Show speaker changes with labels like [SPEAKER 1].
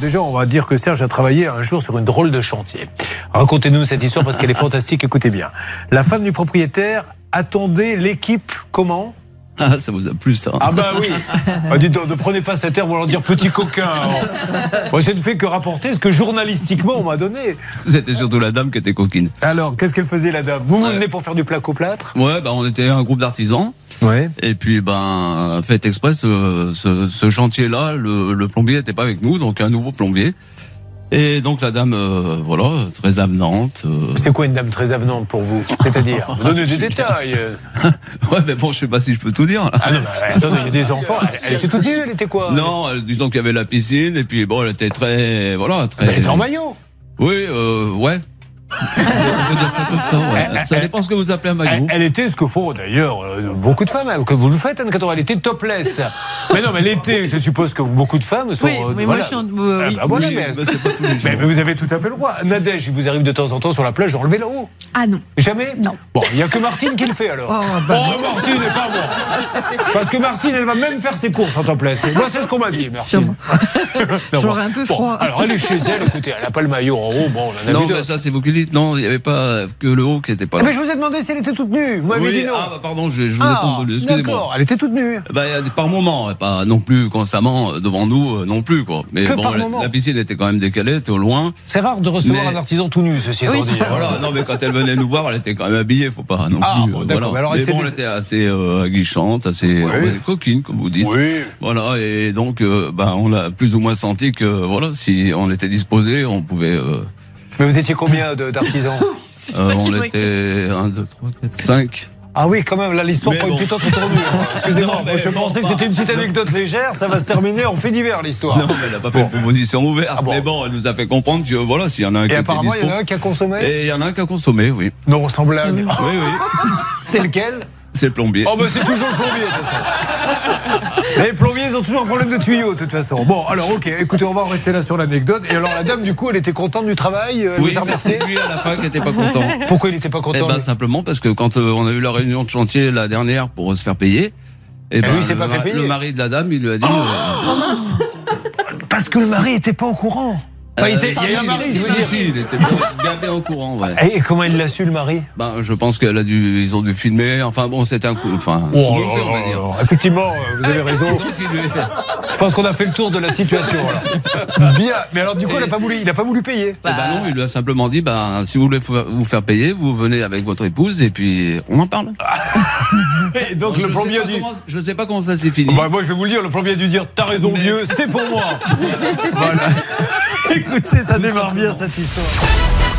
[SPEAKER 1] Déjà, on va dire que Serge a travaillé un jour sur une drôle de chantier. Racontez-nous cette histoire parce qu'elle est fantastique. Écoutez bien. La femme du propriétaire attendait l'équipe comment
[SPEAKER 2] Ah, ça vous a plu ça
[SPEAKER 1] Ah bah oui ah, Dites donc, ne prenez pas cette air, vous leur dire petit coquin. Moi, je ne fais que rapporter ce que journalistiquement on m'a donné.
[SPEAKER 2] C'était surtout la dame qui était coquine.
[SPEAKER 1] Alors, qu'est-ce qu'elle faisait la dame Vous vous
[SPEAKER 2] Ouais.
[SPEAKER 1] venez pour faire du placo plâtre
[SPEAKER 2] Ouais, bah, on était un groupe d'artisans.
[SPEAKER 1] Ouais.
[SPEAKER 2] Et puis, ben, fait exprès, ce, ce- ce chantier-là, le, le plombier n'était pas avec nous, donc un nouveau plombier. Et donc la dame, euh, voilà, très avenante. euh,
[SPEAKER 1] C'est quoi une dame très avenante pour vous C'est-à-dire vous Donnez des détails.
[SPEAKER 2] Ouais, mais bon, je sais pas si je peux tout dire. là.
[SPEAKER 1] Ah non, mais attendez, il y a des enfants. Elle, elle était toute nue, elle était quoi
[SPEAKER 2] Non, euh, disons qu'il y avait la piscine, et puis bon, elle était très, voilà,
[SPEAKER 1] Elle
[SPEAKER 2] très.
[SPEAKER 1] était en maillot.
[SPEAKER 2] Oui, euh, ouais. On peut dire ça comme ça.
[SPEAKER 1] Eh,
[SPEAKER 2] ouais. Ça dépend ce que vous appelez un
[SPEAKER 1] Elle,
[SPEAKER 2] magot.
[SPEAKER 1] Eh, elle était ce que font d'ailleurs euh, beaucoup de femmes, hein, que vous le faites, Anne Caton, elle était topless. mais non, mais elle était, je suppose que beaucoup de femmes sont.
[SPEAKER 3] Oui,
[SPEAKER 1] euh,
[SPEAKER 3] mais moi
[SPEAKER 1] voilà.
[SPEAKER 3] je suis en. euh,
[SPEAKER 1] Ah
[SPEAKER 3] oui.
[SPEAKER 1] bah voilà,
[SPEAKER 2] Oui,
[SPEAKER 1] mais,
[SPEAKER 2] mais c'est pas tous les jours.
[SPEAKER 1] mais- mais vous avez tout à fait le droit. Nadège, il vous arrive de temps en temps sur la plage d'enlever le haut.
[SPEAKER 3] Ah non.
[SPEAKER 1] Jamais
[SPEAKER 3] Non.
[SPEAKER 1] Bon, il n'y a que Martine qui le fait alors. Oh,
[SPEAKER 4] bah
[SPEAKER 1] Martine, et pas moi. Parce que Martine, elle va même faire ses courses en temps placé. Moi, c'est ce qu'on m'a dit, Martine.
[SPEAKER 4] Sûrement.
[SPEAKER 1] Non,
[SPEAKER 4] J'aurais
[SPEAKER 1] bon.
[SPEAKER 4] un peu
[SPEAKER 1] Bon,
[SPEAKER 4] froid.
[SPEAKER 1] alors, elle est chez elle, écoutez, elle n'a pas le maillot en haut, bon, on en a
[SPEAKER 2] Non,
[SPEAKER 1] vu deux.
[SPEAKER 2] mais ça, c'est vous qui le dites. Non, il n'y avait pas que le haut qui était pas
[SPEAKER 1] Ah,
[SPEAKER 2] là.
[SPEAKER 1] Mais je vous ai demandé si elle était toute nue. Vous m'avez
[SPEAKER 2] Oui,
[SPEAKER 1] dit non.
[SPEAKER 2] Ah, bah, pardon, je, je vous ai
[SPEAKER 1] Ah,
[SPEAKER 2] confondu,
[SPEAKER 1] d'accord,
[SPEAKER 2] Excusez-moi.
[SPEAKER 1] elle était toute nue.
[SPEAKER 2] Bah, il y a des- par moment, et pas non plus constamment euh, devant nous, euh, non plus quoi. Mais
[SPEAKER 1] Que
[SPEAKER 2] bon,
[SPEAKER 1] par
[SPEAKER 2] la,
[SPEAKER 1] moment.
[SPEAKER 2] la piscine était quand même décalée, était au loin.
[SPEAKER 1] C'est rare de recevoir
[SPEAKER 2] Mais-
[SPEAKER 1] un artisan tout nu, ceci étant
[SPEAKER 3] Oui.
[SPEAKER 1] dit. hein.
[SPEAKER 2] Voilà, non mais quand elle venait nous voir, elle était quand même habillée, faut pas non
[SPEAKER 1] Ah,
[SPEAKER 2] plus.
[SPEAKER 1] bon,
[SPEAKER 2] euh,
[SPEAKER 1] d'accord, mais
[SPEAKER 2] voilà.
[SPEAKER 1] alors,
[SPEAKER 2] mais
[SPEAKER 1] elle
[SPEAKER 2] bon,
[SPEAKER 1] s'est-
[SPEAKER 2] elle était assez euh, aguichante, assez euh, coquine comme vous dites.
[SPEAKER 1] Oui.
[SPEAKER 2] Voilà, et donc euh, bah on l'a plus ou moins senti que voilà, si on était disposé, on pouvait. euh,
[SPEAKER 1] Mais vous étiez combien de- d'artisans
[SPEAKER 3] C'est
[SPEAKER 2] euh,
[SPEAKER 3] ça qui
[SPEAKER 2] on
[SPEAKER 3] doit être.
[SPEAKER 2] était 1, 2, 3, 4, 5.
[SPEAKER 1] Ah oui, quand même, là, l'histoire
[SPEAKER 2] Mais
[SPEAKER 1] prend une
[SPEAKER 2] bon.
[SPEAKER 1] toute autre tournure. Excusez-moi,
[SPEAKER 2] Non, mais
[SPEAKER 1] moi, je
[SPEAKER 2] bon,
[SPEAKER 1] pensais que
[SPEAKER 2] pas-
[SPEAKER 1] c'était une petite anecdote légère, ça va se terminer, on fait divers l'histoire.
[SPEAKER 2] Non, mais elle n'a pas fait de proposition ouverte.
[SPEAKER 1] Ah bon.
[SPEAKER 2] Mais bon, elle nous a fait comprendre que voilà, s'il y en a un qui
[SPEAKER 1] Et
[SPEAKER 2] était
[SPEAKER 1] apparemment, il y en a
[SPEAKER 2] dispo-
[SPEAKER 1] un qui a consommé
[SPEAKER 2] Et il y en a un qui a consommé, oui.
[SPEAKER 1] Non, sans blague.
[SPEAKER 2] Oui, oui.
[SPEAKER 1] C'est lequel
[SPEAKER 2] C'est le plombier.
[SPEAKER 1] Oh, bah c'est toujours le plombier, de toute façon. Les plombiers, ils ont toujours un problème de tuyaux, de toute façon. Bon, alors, ok, écoutez, on va en rester là sur l'anecdote. Et alors, la dame, du coup, elle était contente du travail euh, Elle vous
[SPEAKER 2] oui,
[SPEAKER 1] a
[SPEAKER 2] mais
[SPEAKER 1] remercié
[SPEAKER 2] c'est lui à la fin qui n'était pas content.
[SPEAKER 1] Pourquoi il n'était pas
[SPEAKER 2] Eh
[SPEAKER 1] content
[SPEAKER 2] ben
[SPEAKER 1] lui
[SPEAKER 2] simplement parce que quand euh, on a eu la réunion de chantier la dernière pour euh, se faire payer, eh ben,
[SPEAKER 1] lui, il s'est
[SPEAKER 2] le,
[SPEAKER 1] pas fait
[SPEAKER 2] ma-
[SPEAKER 1] payer. Oh
[SPEAKER 2] le mari de la dame, il lui a dit. euh,
[SPEAKER 1] Parce que le mari n'était pas au courant. Enfin, Euh, il, était, il y a eu un
[SPEAKER 2] euh, si,
[SPEAKER 1] mari, je
[SPEAKER 2] si,
[SPEAKER 1] veux dire.
[SPEAKER 2] si, il était bien, bien, bien au courant. Ouais.
[SPEAKER 1] Et comment il l'a su, le mari
[SPEAKER 2] Ben, je pense qu'elle a dû, ils ont dû filmer. Enfin bon, c'était un coup. Enfin,
[SPEAKER 1] Oh
[SPEAKER 2] coup de
[SPEAKER 1] là
[SPEAKER 2] fait, on va
[SPEAKER 1] là
[SPEAKER 2] dire.
[SPEAKER 1] là là. Effectivement, euh, vous avez raison.
[SPEAKER 2] Donc, il lui-
[SPEAKER 1] Je pense qu'on a fait le tour de la situation. alors. Bien. Mais alors, du coup, il n'a pas voulu, il a pas voulu payer.
[SPEAKER 2] Eh
[SPEAKER 3] Bah,
[SPEAKER 2] ben non, il lui a simplement dit, ben, si vous voulez fou- vous faire payer, vous venez avec votre épouse et puis on en parle.
[SPEAKER 1] Et donc,
[SPEAKER 2] je
[SPEAKER 1] Ah, le plombier
[SPEAKER 2] sais
[SPEAKER 1] a
[SPEAKER 2] pas
[SPEAKER 1] dit.
[SPEAKER 2] comment- je sais pas comment ça s'est fini.
[SPEAKER 1] Bah, moi, je vais vous le dire, le plombier a dû dire T'as raison, vieux, c'est pour moi. voilà. Écoutez, ça démarre bien cette histoire.